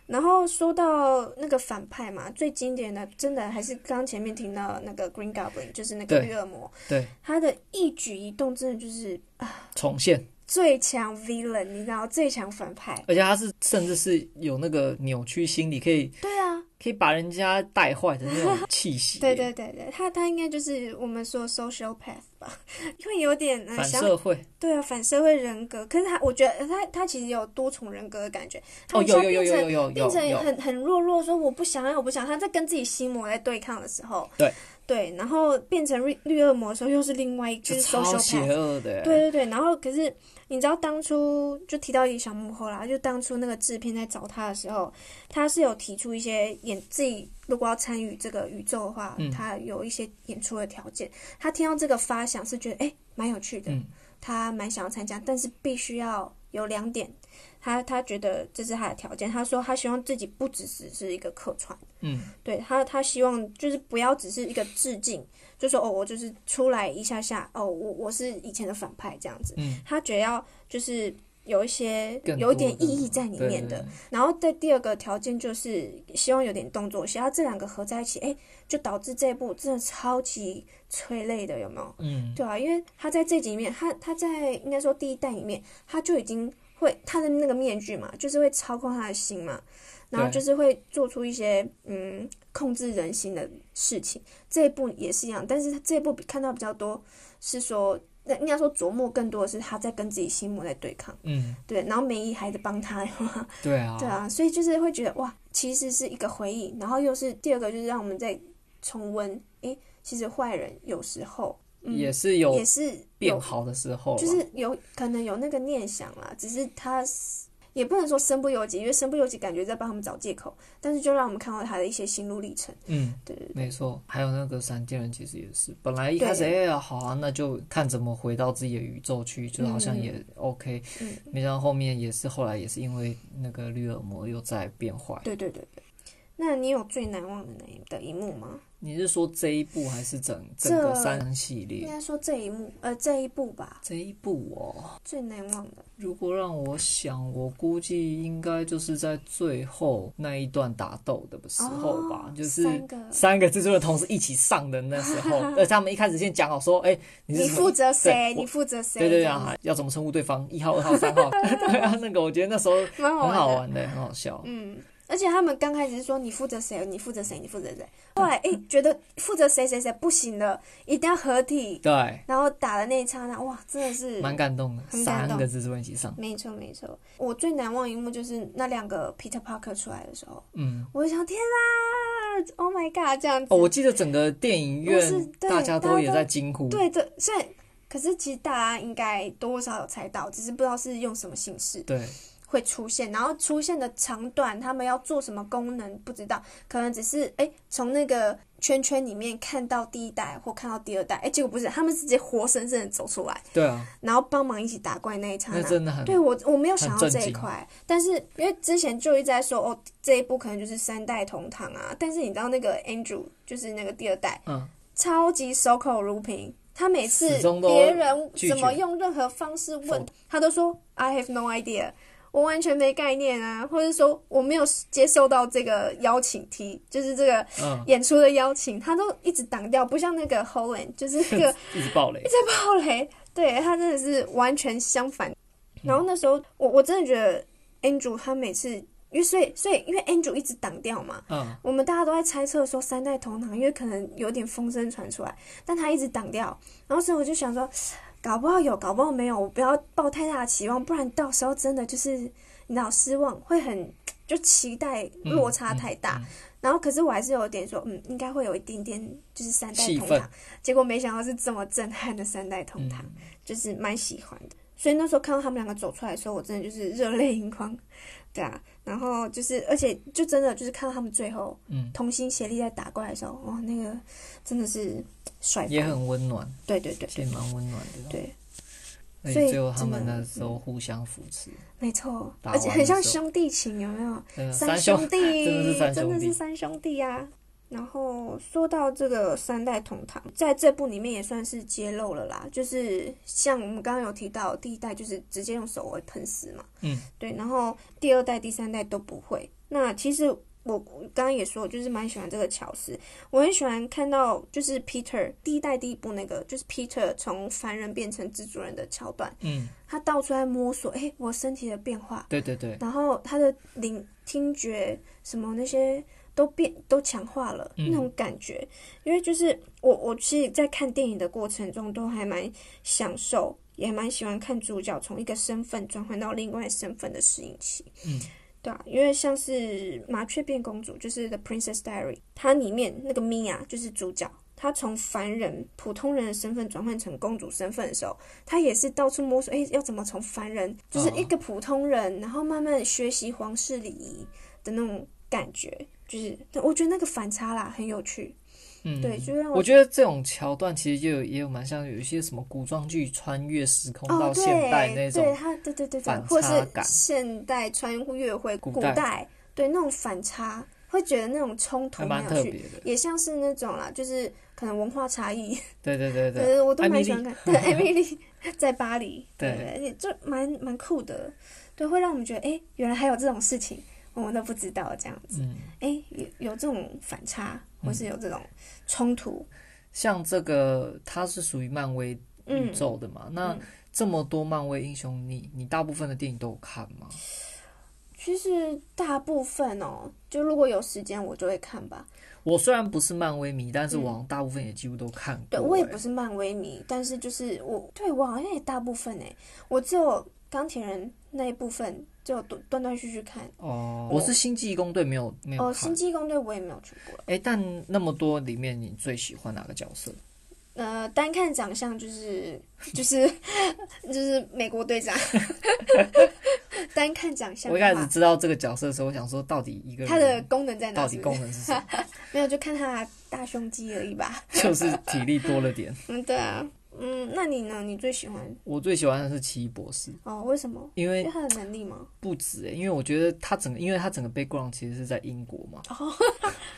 [SPEAKER 2] 然后说到那个反派嘛，最经典的真的还是刚前面听到那个 Green Goblin，就是那个
[SPEAKER 1] 对
[SPEAKER 2] 绿恶魔，
[SPEAKER 1] 对
[SPEAKER 2] 他的一举一动真的就是啊
[SPEAKER 1] 重现，
[SPEAKER 2] 最强 villain，你知道最强反派？
[SPEAKER 1] 而且他是甚至是有那个扭曲心理，可以
[SPEAKER 2] 对啊，
[SPEAKER 1] 可以把人家带坏的那种气息，
[SPEAKER 2] <laughs> 对对对对，他他应该就是我们说 social path 吧， <laughs> 因为有点呃
[SPEAKER 1] 欸反
[SPEAKER 2] 想
[SPEAKER 1] 社会
[SPEAKER 2] 对啊，反社会人格。可是他，我觉得他他其实有多重人格的感觉。他
[SPEAKER 1] 哦，
[SPEAKER 2] 一下
[SPEAKER 1] 有有有
[SPEAKER 2] 变
[SPEAKER 1] 有
[SPEAKER 2] 成
[SPEAKER 1] 有有
[SPEAKER 2] 变
[SPEAKER 1] 有
[SPEAKER 2] 成
[SPEAKER 1] 有，
[SPEAKER 2] 很很弱弱，说我不想要，我不想要。他在跟自己心魔在对抗的时候，
[SPEAKER 1] 对
[SPEAKER 2] 对，然后变成绿绿恶魔的时候，又是另外一就
[SPEAKER 1] 就是超
[SPEAKER 2] social
[SPEAKER 1] 邪
[SPEAKER 2] path。
[SPEAKER 1] 恶的，欸
[SPEAKER 2] 对，对对，然后可是你知道当初就提到一个小幕后啦，就当初那个制片在找他的时候，他是有提出一些演自己如果要参与这个宇宙的话，
[SPEAKER 1] 嗯
[SPEAKER 2] 他有一些演出的条件。他听到这个发想是觉得哎蛮有趣的，
[SPEAKER 1] 嗯
[SPEAKER 2] 他蛮想要参加，但是必须要有两点，他他觉得这是他的条件。他说他希望自己不只只是一个客串。
[SPEAKER 1] 嗯，
[SPEAKER 2] 对他，他希望就是不要只是一个致敬，就说哦，我就是出来一下下，哦，我我是以前的反派这样子。
[SPEAKER 1] 嗯
[SPEAKER 2] 他觉得要就是有一些
[SPEAKER 1] 更
[SPEAKER 2] 有一
[SPEAKER 1] 多
[SPEAKER 2] 点
[SPEAKER 1] 的
[SPEAKER 2] 意义在里
[SPEAKER 1] 对
[SPEAKER 2] 面
[SPEAKER 1] 对
[SPEAKER 2] 的。
[SPEAKER 1] 对
[SPEAKER 2] 然后在第二个条件就是希望有点动作戏，他这两个合在一起，哎，就导致这一部真的超级催泪的，有没有？
[SPEAKER 1] 嗯，
[SPEAKER 2] 对啊，因为他在这集里面，他他在应该说第一代里面，他就已经会他的那个面具嘛，就是会操控他的心嘛，然后
[SPEAKER 1] 对
[SPEAKER 2] 就是会做出一些嗯控制人心的事情。这一部也是一样，但是他这一部比看到比较多是说那应该说琢磨更多的是他在跟自己心魔在对抗，
[SPEAKER 1] 嗯，
[SPEAKER 2] 对，然后梅姨还在帮他，
[SPEAKER 1] 对
[SPEAKER 2] <laughs>
[SPEAKER 1] 啊，
[SPEAKER 2] 对啊，所以就是会觉得哇，其实是一个回忆，然后又是第二个就是让我们再重温，诶，其实坏人有时候、嗯、
[SPEAKER 1] 也是有
[SPEAKER 2] 也是
[SPEAKER 1] 变
[SPEAKER 2] 有，
[SPEAKER 1] 好的时候啦，
[SPEAKER 2] 就是有可能有那个念想啦，只是他也不能说身不由己，因为身不由己感觉在帮他们找借口，但是就让我们看到他的一些心路历程，
[SPEAKER 1] 嗯，
[SPEAKER 2] 对对对。
[SPEAKER 1] 没错，还有那个闪电人其实也是，本来一开始哎呀好啊，那就看怎么回到自己的宇宙去，就好像也 OK，、
[SPEAKER 2] 嗯
[SPEAKER 1] 没想到后面也是后来也是因为那个绿恶魔又在变坏。
[SPEAKER 2] 对对对对。那你有最难忘的那一的一幕吗？
[SPEAKER 1] 你是说这一部还是整整个三系
[SPEAKER 2] 应
[SPEAKER 1] 列？
[SPEAKER 2] 该说这一幕，呃，这一部吧，
[SPEAKER 1] 这一部哦，
[SPEAKER 2] 最难忘的。
[SPEAKER 1] 如果让我想，我估计应该就是在最后那一段打斗的时候吧，
[SPEAKER 2] 哦
[SPEAKER 1] 就是
[SPEAKER 2] 三个
[SPEAKER 1] 三个蜘蛛的同时一起上的那时
[SPEAKER 2] <laughs>
[SPEAKER 1] 候，而且他们一开始先讲好说，哎、你是
[SPEAKER 2] 你
[SPEAKER 1] 什么
[SPEAKER 2] 负责谁？
[SPEAKER 1] 对我
[SPEAKER 2] 你负责谁？
[SPEAKER 1] 对对对
[SPEAKER 2] 这样
[SPEAKER 1] 啊，要怎么称呼对方？一号、二号、三
[SPEAKER 2] <laughs>
[SPEAKER 1] 号，对啊，那个我觉得那时候
[SPEAKER 2] 子蛮
[SPEAKER 1] 很
[SPEAKER 2] 好玩的。
[SPEAKER 1] 好玩的，很好笑。
[SPEAKER 2] 嗯，而且他们刚开始是说你负责谁，你负责谁，你负责谁。后来哎、诶觉得负责谁谁谁不行了，一定要合体。
[SPEAKER 1] 对，
[SPEAKER 2] 然后打的那一刹那，哇，真的是
[SPEAKER 1] 蛮感动的，
[SPEAKER 2] 很感
[SPEAKER 1] 三
[SPEAKER 2] 动
[SPEAKER 1] 个蜘蛛一起上，
[SPEAKER 2] 没错没错。我最难忘一幕就是那两个 Peter Parker 出来的时候，
[SPEAKER 1] 嗯。
[SPEAKER 2] 我就想天啊，Oh my god，这样子。
[SPEAKER 1] 哦，我记得整个电影
[SPEAKER 2] 我是
[SPEAKER 1] 院
[SPEAKER 2] 对
[SPEAKER 1] 大家
[SPEAKER 2] 大家
[SPEAKER 1] 都也
[SPEAKER 2] 都
[SPEAKER 1] 在惊呼，
[SPEAKER 2] 对这虽然，可是其实大家应该多多少少有猜到，只是不知道是用什么形式
[SPEAKER 1] 对，
[SPEAKER 2] 会出现，然后出现的长短，他们要做什么功能不知道，可能只是哎从那个圈圈里面看到第一代或看到第二代，哎结果不是，他们直接活生生的走出来，
[SPEAKER 1] 对啊，
[SPEAKER 2] 然后帮忙一起打怪那一刹
[SPEAKER 1] 那
[SPEAKER 2] 那。
[SPEAKER 1] 真的很
[SPEAKER 2] 对我我没有想到
[SPEAKER 1] 很震
[SPEAKER 2] 这
[SPEAKER 1] 惊
[SPEAKER 2] 一块，但是因为之前就一直在说哦这一部可能就是三代同堂啊，但是你知道那个 Andrew 就是那个第二代，
[SPEAKER 1] 嗯，
[SPEAKER 2] 超级守口如瓶。他每次
[SPEAKER 1] 始终都
[SPEAKER 2] 别人
[SPEAKER 1] 拒绝
[SPEAKER 2] 怎么用任何方式问，他都说 I have no idea，我完全没概念啊，或者说我没有接受到这个邀请题，就是这个
[SPEAKER 1] 嗯，
[SPEAKER 2] 演出的邀请，他都一直挡掉，不像那个 Holland，就是那个
[SPEAKER 1] 一直爆雷，
[SPEAKER 2] 后来对他真的是完全相反。然后那时候我我真的觉得 Andrew 他每次，因为所以所以因为 Andrew 一直挡掉嘛，
[SPEAKER 1] 嗯，
[SPEAKER 2] 我们大家都在猜测说三代同堂，因为可能有点风声传出来，但他一直挡掉。然后所以我就想说，搞不好有，搞不好没有，我不要抱太大的期望，不然到时候真的就是你知道失望，会很就期待
[SPEAKER 1] 嗯
[SPEAKER 2] 落差太大。，
[SPEAKER 1] 嗯
[SPEAKER 2] 然后可是我还是有点说，嗯，应该会有一点点就是三代
[SPEAKER 1] 气
[SPEAKER 2] 同
[SPEAKER 1] 愤
[SPEAKER 2] 堂，结果没想到是这么震撼的三代同
[SPEAKER 1] 嗯
[SPEAKER 2] 堂，就是蛮喜欢的。所以那时候看到他们两个走出来的时候，我真的就是热泪盈眶，对啊。然后就是，而且就真的就是看到他们最后
[SPEAKER 1] 嗯，
[SPEAKER 2] 同心协力在打怪的时候，哇，那个真的是帅
[SPEAKER 1] 嗯也
[SPEAKER 2] 翻，
[SPEAKER 1] 很温暖，
[SPEAKER 2] 对对对
[SPEAKER 1] 也蛮温暖的，
[SPEAKER 2] 对，
[SPEAKER 1] 而
[SPEAKER 2] 所以嗯
[SPEAKER 1] 且最后他们
[SPEAKER 2] 真的
[SPEAKER 1] 那时候互相扶持，
[SPEAKER 2] 没错，
[SPEAKER 1] 打
[SPEAKER 2] 而且
[SPEAKER 1] 完
[SPEAKER 2] 很
[SPEAKER 1] 的
[SPEAKER 2] 像
[SPEAKER 1] 时候
[SPEAKER 2] 兄弟情，有没有？
[SPEAKER 1] 真的
[SPEAKER 2] 三
[SPEAKER 1] 呃三兄
[SPEAKER 2] 兄
[SPEAKER 1] <laughs>
[SPEAKER 2] 弟，
[SPEAKER 1] 真的是三兄弟
[SPEAKER 2] 真的是三兄弟啊。然后说到这个三代同堂，在这部里面也算是揭露了啦，就是像我们刚刚有提到，第一代就是直接用手会喷死嘛，
[SPEAKER 1] 嗯，
[SPEAKER 2] 对，然后第二代、第三代都不会。那其实我我刚刚也说，我就是蛮喜欢这个乔斯，我很喜欢看到就是 Peter 第一代第一部那个，就是 Peter 从凡人变成蜘蛛人的桥段，
[SPEAKER 1] 嗯，
[SPEAKER 2] 他到处在摸索，诶，我身体的变化，
[SPEAKER 1] 对对对，
[SPEAKER 2] 然后他的聆听觉什么那些都变都强化了、
[SPEAKER 1] 嗯
[SPEAKER 2] 那种感觉，因为就是我我其实，在看电影的过程中都还蛮享受，也蛮喜欢看主角从一个身份转换到另外身份的适应期。
[SPEAKER 1] 嗯，
[SPEAKER 2] 对啊，因为像是《麻雀变公主》就是《The Princess Diary》，它里面那个 Mia 就是主角。她从凡人、普通人的身份转换成公主身份的时候，她也是到处摸索，哎、要怎么从凡人，就是一个普通人，然后慢慢学习皇室礼仪的那种感觉，就是我觉得那个反差啦很有趣，
[SPEAKER 1] 嗯，
[SPEAKER 2] 对，就让
[SPEAKER 1] 我觉得这种桥段其实就有也有蛮像有一些什么古装剧穿越时空
[SPEAKER 2] 哦
[SPEAKER 1] 到，
[SPEAKER 2] 对，
[SPEAKER 1] 现代那
[SPEAKER 2] 对
[SPEAKER 1] 种，
[SPEAKER 2] 他，对对对对，
[SPEAKER 1] 反
[SPEAKER 2] 或
[SPEAKER 1] 差
[SPEAKER 2] 是
[SPEAKER 1] 感
[SPEAKER 2] 现代穿越回
[SPEAKER 1] 古
[SPEAKER 2] 古
[SPEAKER 1] 代
[SPEAKER 2] 对那种反差，会觉得那种冲突
[SPEAKER 1] 还蛮
[SPEAKER 2] 蛮有
[SPEAKER 1] 特
[SPEAKER 2] 趣，
[SPEAKER 1] 别的。
[SPEAKER 2] 也像是那种啦，就是可能文化差异，
[SPEAKER 1] 对对对对，
[SPEAKER 2] 对，我都
[SPEAKER 1] 艾
[SPEAKER 2] 蛮
[SPEAKER 1] 米
[SPEAKER 2] 喜欢
[SPEAKER 1] 丽 <laughs>
[SPEAKER 2] 看。对，艾米丽 <laughs> 在巴黎，
[SPEAKER 1] 对
[SPEAKER 2] 对，对就蛮蛮酷的，对，会让我们觉得，哎，原来还有这种事情，我们都不知道这样子，
[SPEAKER 1] 嗯，
[SPEAKER 2] 哎，有有这种反差，或是有这种冲突，
[SPEAKER 1] 像这个它是属于漫威宇
[SPEAKER 2] 嗯，
[SPEAKER 1] 宙的嘛，那
[SPEAKER 2] 嗯
[SPEAKER 1] 这么多漫威英雄，你你大部分的电影都有看吗？
[SPEAKER 2] 其实大部分哦，就如果有时间我就会看吧。
[SPEAKER 1] 我虽然不是漫威迷，但是我好像大部分也几乎都看过、
[SPEAKER 2] 嗯
[SPEAKER 1] 欸
[SPEAKER 2] 对我也不
[SPEAKER 1] 是，
[SPEAKER 2] 是漫威迷，但是就是我对我好像也大部分哎，我只有钢铁人那一部分就断断断续续看。
[SPEAKER 1] 哦，我是星际异攻队没有没有
[SPEAKER 2] 哦，
[SPEAKER 1] 看
[SPEAKER 2] 星。际异攻队我也没有去过。
[SPEAKER 1] 哎、但那么多里面，你最喜欢哪个角色？
[SPEAKER 2] 呃，单看长相就是 <laughs> 就是就是美国队长， <laughs> 单看长相
[SPEAKER 1] 我一
[SPEAKER 2] 的
[SPEAKER 1] 开始
[SPEAKER 2] 话，
[SPEAKER 1] 知道这个角色的时候，我想说，到底一个人
[SPEAKER 2] 它的功能在哪
[SPEAKER 1] 到
[SPEAKER 2] 是
[SPEAKER 1] 底
[SPEAKER 2] 不是？
[SPEAKER 1] 功能是什么？ <laughs>
[SPEAKER 2] 没有，就看他大胸肌而已吧。
[SPEAKER 1] 就是体力多了点。
[SPEAKER 2] 嗯，对啊，嗯，那你呢？你最喜欢
[SPEAKER 1] 我最喜欢的是奇异博士，
[SPEAKER 2] 哦？为什么？
[SPEAKER 1] 因
[SPEAKER 2] 因
[SPEAKER 1] 为
[SPEAKER 2] 为他的能力吗？
[SPEAKER 1] 不止、欸，因为我觉得他整个，因为他整个 background 其实是在英国嘛，
[SPEAKER 2] 哦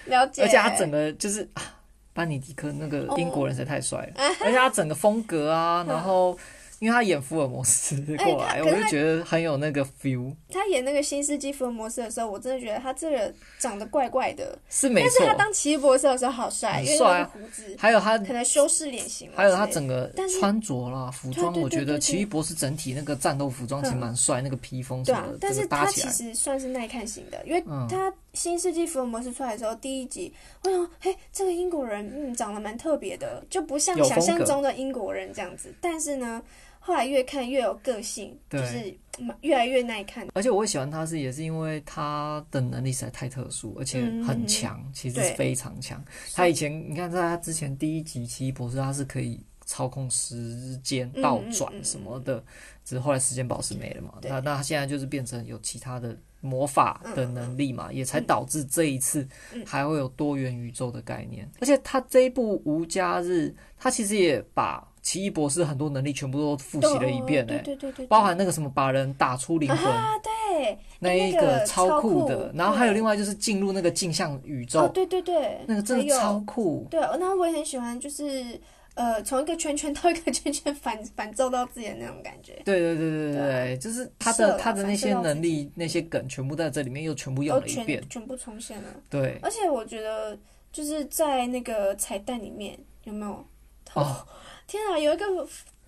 [SPEAKER 2] 了解，
[SPEAKER 1] 而且他整个就是啊，班尼迪克那个英国人实在太帅了，
[SPEAKER 2] 哦
[SPEAKER 1] 而且他整个风格啊，然后因为他演福尔摩斯过来，
[SPEAKER 2] <laughs> 哎他可
[SPEAKER 1] 我
[SPEAKER 2] 是他
[SPEAKER 1] 就觉得很有那个 feel，
[SPEAKER 2] 他演那个新世纪福尔摩斯的时候，我真的觉得他这个长得怪怪的，
[SPEAKER 1] 是没
[SPEAKER 2] 但是
[SPEAKER 1] 错
[SPEAKER 2] 他。当奇异博士的时候好帅，
[SPEAKER 1] 很
[SPEAKER 2] 因为
[SPEAKER 1] 帅
[SPEAKER 2] 他
[SPEAKER 1] 啊
[SPEAKER 2] 的胡子，
[SPEAKER 1] 还有他，
[SPEAKER 2] 可能修饰脸型啊之类的，
[SPEAKER 1] 还有他整个
[SPEAKER 2] 但是
[SPEAKER 1] 穿着啦、服装，
[SPEAKER 2] 对对
[SPEAKER 1] 我觉
[SPEAKER 2] 对
[SPEAKER 1] 得
[SPEAKER 2] 对嗯
[SPEAKER 1] 奇异博士整体那个战斗服装其实蛮帅，那个披风什么
[SPEAKER 2] 对啊
[SPEAKER 1] 的，，
[SPEAKER 2] 但
[SPEAKER 1] 这
[SPEAKER 2] 是
[SPEAKER 1] 个搭
[SPEAKER 2] 他
[SPEAKER 1] 起
[SPEAKER 2] 其
[SPEAKER 1] 来。
[SPEAKER 2] 实算是耐看型的，因为
[SPEAKER 1] 嗯
[SPEAKER 2] 他《新世纪福尔摩斯》出来的时候，第一集，我想，嘿，这个英国人，嗯，长得蛮特别的，就不像
[SPEAKER 1] 有
[SPEAKER 2] 想
[SPEAKER 1] 风
[SPEAKER 2] 象
[SPEAKER 1] 格
[SPEAKER 2] 中的英国人这样子。但是呢，后来越看越有个性，就
[SPEAKER 1] 对
[SPEAKER 2] 是嗯越来越耐看。
[SPEAKER 1] 而且我会喜欢他是也是因为他的能力实在太特殊，而且很强，其实是
[SPEAKER 2] 嗯对
[SPEAKER 1] 非常强。他以前你看，在他之前第一集《奇异博士》，他是可以操控时间
[SPEAKER 2] 嗯
[SPEAKER 1] 倒
[SPEAKER 2] 嗯嗯
[SPEAKER 1] 转
[SPEAKER 2] 嗯
[SPEAKER 1] 什么的，只是后来时间宝石没了嘛。
[SPEAKER 2] 对
[SPEAKER 1] 那那他现在就是变成有其他的魔法的能力嘛，也才导致这一次
[SPEAKER 2] 嗯
[SPEAKER 1] 还会有多元宇宙的概念。嗯而且他这一部《无家日》，他其实也把奇异博士很多能力全部都复习了一遍
[SPEAKER 2] 对
[SPEAKER 1] 诶、
[SPEAKER 2] 对对对，对
[SPEAKER 1] 包含那个什么把人打出灵魂。
[SPEAKER 2] 啊，对，
[SPEAKER 1] 那
[SPEAKER 2] 那
[SPEAKER 1] 一
[SPEAKER 2] 个
[SPEAKER 1] 个超
[SPEAKER 2] 超
[SPEAKER 1] 酷啊
[SPEAKER 2] 酷
[SPEAKER 1] 的，然后还有
[SPEAKER 2] 对
[SPEAKER 1] 另外就是进入那个镜像宇宙，
[SPEAKER 2] 哦，对对对，
[SPEAKER 1] 那个真
[SPEAKER 2] 还
[SPEAKER 1] 的
[SPEAKER 2] 有
[SPEAKER 1] 超酷。
[SPEAKER 2] 对，然后我也很喜欢，就是呃，从一个圈 <laughs> 圈到一个圈圈反反揍到自己的那种感觉，
[SPEAKER 1] 对对对对对对，就是他
[SPEAKER 2] 啊射
[SPEAKER 1] 的
[SPEAKER 2] 了
[SPEAKER 1] 他的那
[SPEAKER 2] 反射
[SPEAKER 1] 些
[SPEAKER 2] 到自
[SPEAKER 1] 能力、那些梗全部在这里面又全部用
[SPEAKER 2] 都
[SPEAKER 1] 了一遍
[SPEAKER 2] 全。全部重现了。
[SPEAKER 1] 对，
[SPEAKER 2] 而且我觉得就是在那个彩蛋里面有没有？
[SPEAKER 1] 哦，
[SPEAKER 2] 天啊，有一个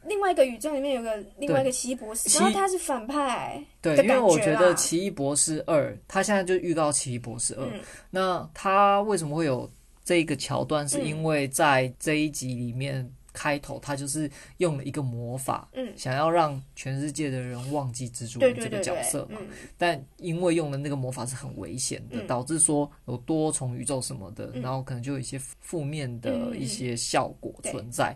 [SPEAKER 2] 另外一个宇宙里面有个另外一个奇异博
[SPEAKER 1] 奇
[SPEAKER 2] 士，然后他是反派，
[SPEAKER 1] 对，
[SPEAKER 2] 的
[SPEAKER 1] 因为
[SPEAKER 2] 感
[SPEAKER 1] 我
[SPEAKER 2] 觉
[SPEAKER 1] 觉得《
[SPEAKER 2] 啦
[SPEAKER 1] 奇异博士二》，他现在就预告《奇异博士二》
[SPEAKER 2] 嗯
[SPEAKER 1] 那他为什么会有这一个桥段？是因为在这一集里面开头，他就是用了一个魔法，
[SPEAKER 2] 嗯，
[SPEAKER 1] 想要让全世界的人忘记蜘蛛
[SPEAKER 2] 对
[SPEAKER 1] 人
[SPEAKER 2] 对
[SPEAKER 1] 这
[SPEAKER 2] 对
[SPEAKER 1] 个角
[SPEAKER 2] 对
[SPEAKER 1] 色，嘛。
[SPEAKER 2] 嗯，
[SPEAKER 1] 但因为用的那个魔法是很危险的，
[SPEAKER 2] 嗯
[SPEAKER 1] 导致说有多重宇宙什么的，
[SPEAKER 2] 嗯
[SPEAKER 1] 然后可能就有一些负面
[SPEAKER 2] 嗯嗯
[SPEAKER 1] 的
[SPEAKER 2] 嗯
[SPEAKER 1] 一些效果
[SPEAKER 2] 对
[SPEAKER 1] 存在，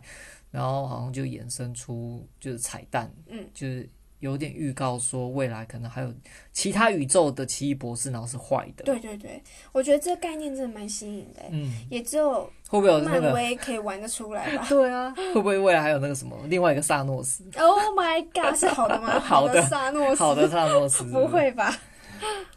[SPEAKER 1] 然后好像就衍生出就是彩蛋，
[SPEAKER 2] 嗯，
[SPEAKER 1] 就是有点预告说未来可能还有其他宇宙的奇异博士，然后是坏的，
[SPEAKER 2] 对对对，我觉得这个概念真的蛮新颖的，
[SPEAKER 1] 嗯，
[SPEAKER 2] 也只有
[SPEAKER 1] 会不会有那
[SPEAKER 2] 漫
[SPEAKER 1] 个？
[SPEAKER 2] 威可以玩得出
[SPEAKER 1] <laughs>
[SPEAKER 2] 来吧。
[SPEAKER 1] 对啊，会不会未来还有那个什么另外一个萨诺斯？
[SPEAKER 2] Oh my god，是好的
[SPEAKER 1] <laughs>
[SPEAKER 2] 吗？
[SPEAKER 1] 好的
[SPEAKER 2] 的，萨诺斯，
[SPEAKER 1] 好的，萨诺斯
[SPEAKER 2] <laughs> 不，会吧？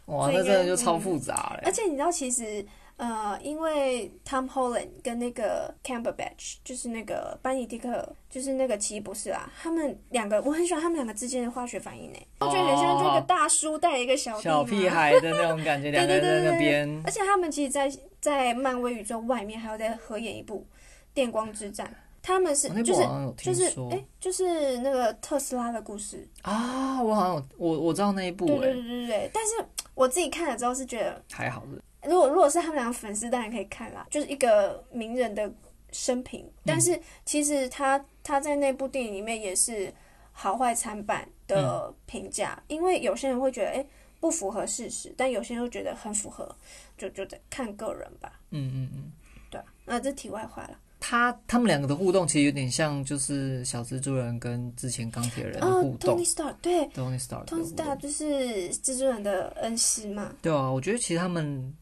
[SPEAKER 1] 哇，
[SPEAKER 2] 这
[SPEAKER 1] 那
[SPEAKER 2] 应
[SPEAKER 1] 真
[SPEAKER 2] 该
[SPEAKER 1] 的就超复杂
[SPEAKER 2] 而
[SPEAKER 1] 了。
[SPEAKER 2] 且你知道，其实呃，因为 Tom Holland 跟那个 Cumberbatch，就是那个班尼迪克，就是那个奇异博士啊，他们两个，我很喜欢他们两个之间的化学反应呢，我觉得很像这个大叔带一个小弟嘛
[SPEAKER 1] 小屁。孩的那种感
[SPEAKER 2] <laughs>
[SPEAKER 1] 觉，两个人在那边
[SPEAKER 2] 而且他们其实在，在漫威宇宙外面还有在合演一部《电光之战》，他们是
[SPEAKER 1] 我哦那
[SPEAKER 2] 就
[SPEAKER 1] 部
[SPEAKER 2] 是
[SPEAKER 1] 好像有听
[SPEAKER 2] 就是
[SPEAKER 1] 说
[SPEAKER 2] 哎、就是那个特斯拉的故事。
[SPEAKER 1] 啊，我好像有我我知道那一部
[SPEAKER 2] 对
[SPEAKER 1] 哎、
[SPEAKER 2] 对对对对，但是我自己看了之后是觉得
[SPEAKER 1] 还好的，
[SPEAKER 2] 如果如果是他们两个粉丝，当然可以看啦，就是一个名人的生平。
[SPEAKER 1] 嗯
[SPEAKER 2] 但是其实他他在那部电影里面也是好坏参半
[SPEAKER 1] 嗯
[SPEAKER 2] 的评价，因为有些人会觉得哎、诶不符合事实，但有些人又觉得很符合，就就得看个人吧。
[SPEAKER 1] 嗯嗯嗯。
[SPEAKER 2] 对啊，那这题外话了。
[SPEAKER 1] 他他们两个的互动其实有点像，就是小蜘蛛人跟之前钢铁人的
[SPEAKER 2] 哦
[SPEAKER 1] 互动
[SPEAKER 2] ，Tony Stark 对
[SPEAKER 1] Tony Stark 的
[SPEAKER 2] ，Tony
[SPEAKER 1] 互动
[SPEAKER 2] Stark 就是蜘蛛人的恩师嘛，
[SPEAKER 1] 对啊，我觉得其实他们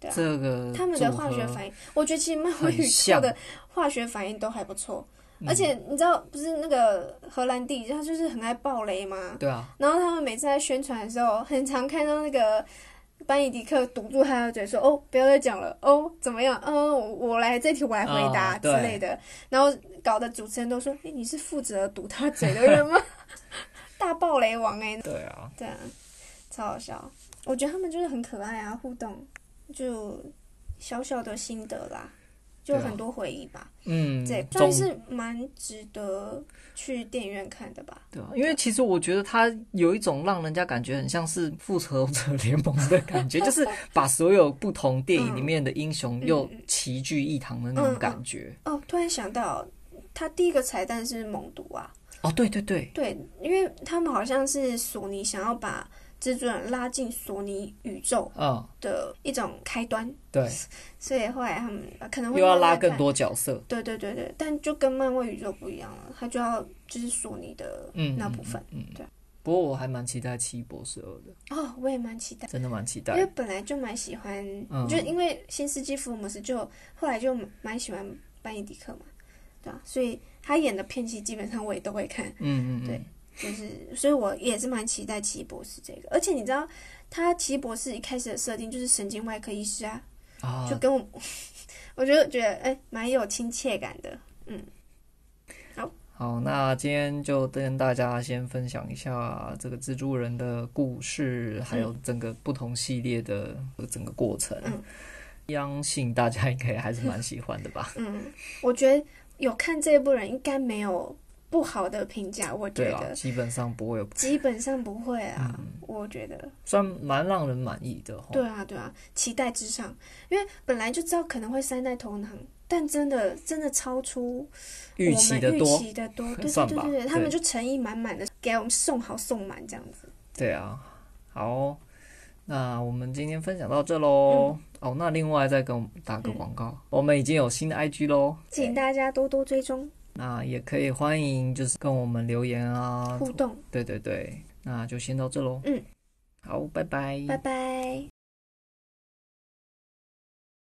[SPEAKER 2] 对啊。
[SPEAKER 1] 嗯这个
[SPEAKER 2] 他们的化学
[SPEAKER 1] 应，
[SPEAKER 2] 反应，我觉得其实漫
[SPEAKER 1] 很
[SPEAKER 2] 威宇宙
[SPEAKER 1] 像
[SPEAKER 2] 的化学反应都还不错。
[SPEAKER 1] 嗯
[SPEAKER 2] 而且你知道，不是那个荷兰弟，他就是很爱爆雷嘛。
[SPEAKER 1] 对啊，
[SPEAKER 2] 然后他们每次在宣传的时候，很常看到那个班尼迪克堵住他的嘴说：“哦，不要再讲了，哦，怎么样？嗯，我我来这题我来回答、
[SPEAKER 1] 啊
[SPEAKER 2] 之
[SPEAKER 1] 对
[SPEAKER 2] 类的。”然后搞得主持人都说：“哎，你是负责堵他嘴的人吗？” <laughs> 大爆雷王哎、
[SPEAKER 1] 对啊，
[SPEAKER 2] 对啊，超好笑。我觉得他们就是很可爱啊，互动就小小的心得啦。就很多回忆吧。
[SPEAKER 1] 嗯，
[SPEAKER 2] 这
[SPEAKER 1] 总
[SPEAKER 2] 算是蛮值得去电影院看的吧。
[SPEAKER 1] 对啊，因为其实我觉得它有一种让人家感觉很像是复仇者联盟的感
[SPEAKER 2] <laughs>
[SPEAKER 1] 觉，就是把所有不同电影里面的英雄
[SPEAKER 2] 嗯
[SPEAKER 1] 又齐聚一堂的那种感觉。
[SPEAKER 2] 哦，突然想到，他第一个彩蛋是猛毒啊，
[SPEAKER 1] 哦，对对对，
[SPEAKER 2] 对，因为他们好像是索尼想要把蜘蛛人拉进索尼宇宙
[SPEAKER 1] 嗯，
[SPEAKER 2] 的一种开端，
[SPEAKER 1] 对，
[SPEAKER 2] 所以后来他们呃可能会
[SPEAKER 1] 又要
[SPEAKER 2] 慢慢
[SPEAKER 1] 拉更
[SPEAKER 2] 看。
[SPEAKER 1] 多角色。
[SPEAKER 2] 对对对对，但就跟漫威宇宙不一样了，它就要就是索尼的
[SPEAKER 1] 嗯，
[SPEAKER 2] 那部分。
[SPEAKER 1] 嗯，嗯嗯
[SPEAKER 2] 对
[SPEAKER 1] 不过我还蛮期待《奇异博士二》的，
[SPEAKER 2] 哦，我也蛮期待，
[SPEAKER 1] 真的蛮期
[SPEAKER 2] 因
[SPEAKER 1] 待
[SPEAKER 2] 为
[SPEAKER 1] 的。
[SPEAKER 2] 本来就蛮喜欢，
[SPEAKER 1] 嗯
[SPEAKER 2] 就因为《新世纪福尔摩斯就》后来就蛮喜欢班尼迪克嘛，对吧、所以他演的片期基本上我也都会看。
[SPEAKER 1] 嗯嗯，嗯
[SPEAKER 2] 对就是，所以我也是蛮期待奇异博士这个。而且你知道，他奇异博士一开始的设定就是神经外科医师啊，
[SPEAKER 1] 啊
[SPEAKER 2] 就，跟我， <laughs> 我就觉得哎，蛮、有亲切感的。
[SPEAKER 1] 好，那今天就跟大家先分享一下这个蜘蛛人的故事，还有整个不同系列的整个过程。
[SPEAKER 2] 嗯
[SPEAKER 1] 相信大家应该还是蛮喜欢的
[SPEAKER 2] <laughs>
[SPEAKER 1] 吧？
[SPEAKER 2] 嗯，我觉得有看这部人应该没有不好的评价，我觉
[SPEAKER 1] 对啊，嗯
[SPEAKER 2] 得
[SPEAKER 1] 基本上不会有，
[SPEAKER 2] 基本上不会啊，我觉得。
[SPEAKER 1] 算蛮让人满意的。
[SPEAKER 2] 对，啊，对啊，期待之上，因为本来就知道可能会三代同堂，但真的真的超出我
[SPEAKER 1] 预
[SPEAKER 2] 们
[SPEAKER 1] 期的多
[SPEAKER 2] 预。期的多，对对
[SPEAKER 1] 算
[SPEAKER 2] 对
[SPEAKER 1] 吧
[SPEAKER 2] 对对，他们
[SPEAKER 1] 对
[SPEAKER 2] 就诚意满满的给我们送好送满这样子。
[SPEAKER 1] 对啊，好哦，那我们今天分享到这
[SPEAKER 2] 嗯
[SPEAKER 1] 喽。哦，那另外再跟我们打个广告，我们已经有新的 IG 喽。
[SPEAKER 2] 请大家多多追踪
[SPEAKER 1] 那也可以欢迎，就是跟我们留言啊，
[SPEAKER 2] 互动，
[SPEAKER 1] 对对对，那就先到这喽。
[SPEAKER 2] 嗯，
[SPEAKER 1] 好，拜拜，
[SPEAKER 2] 拜拜。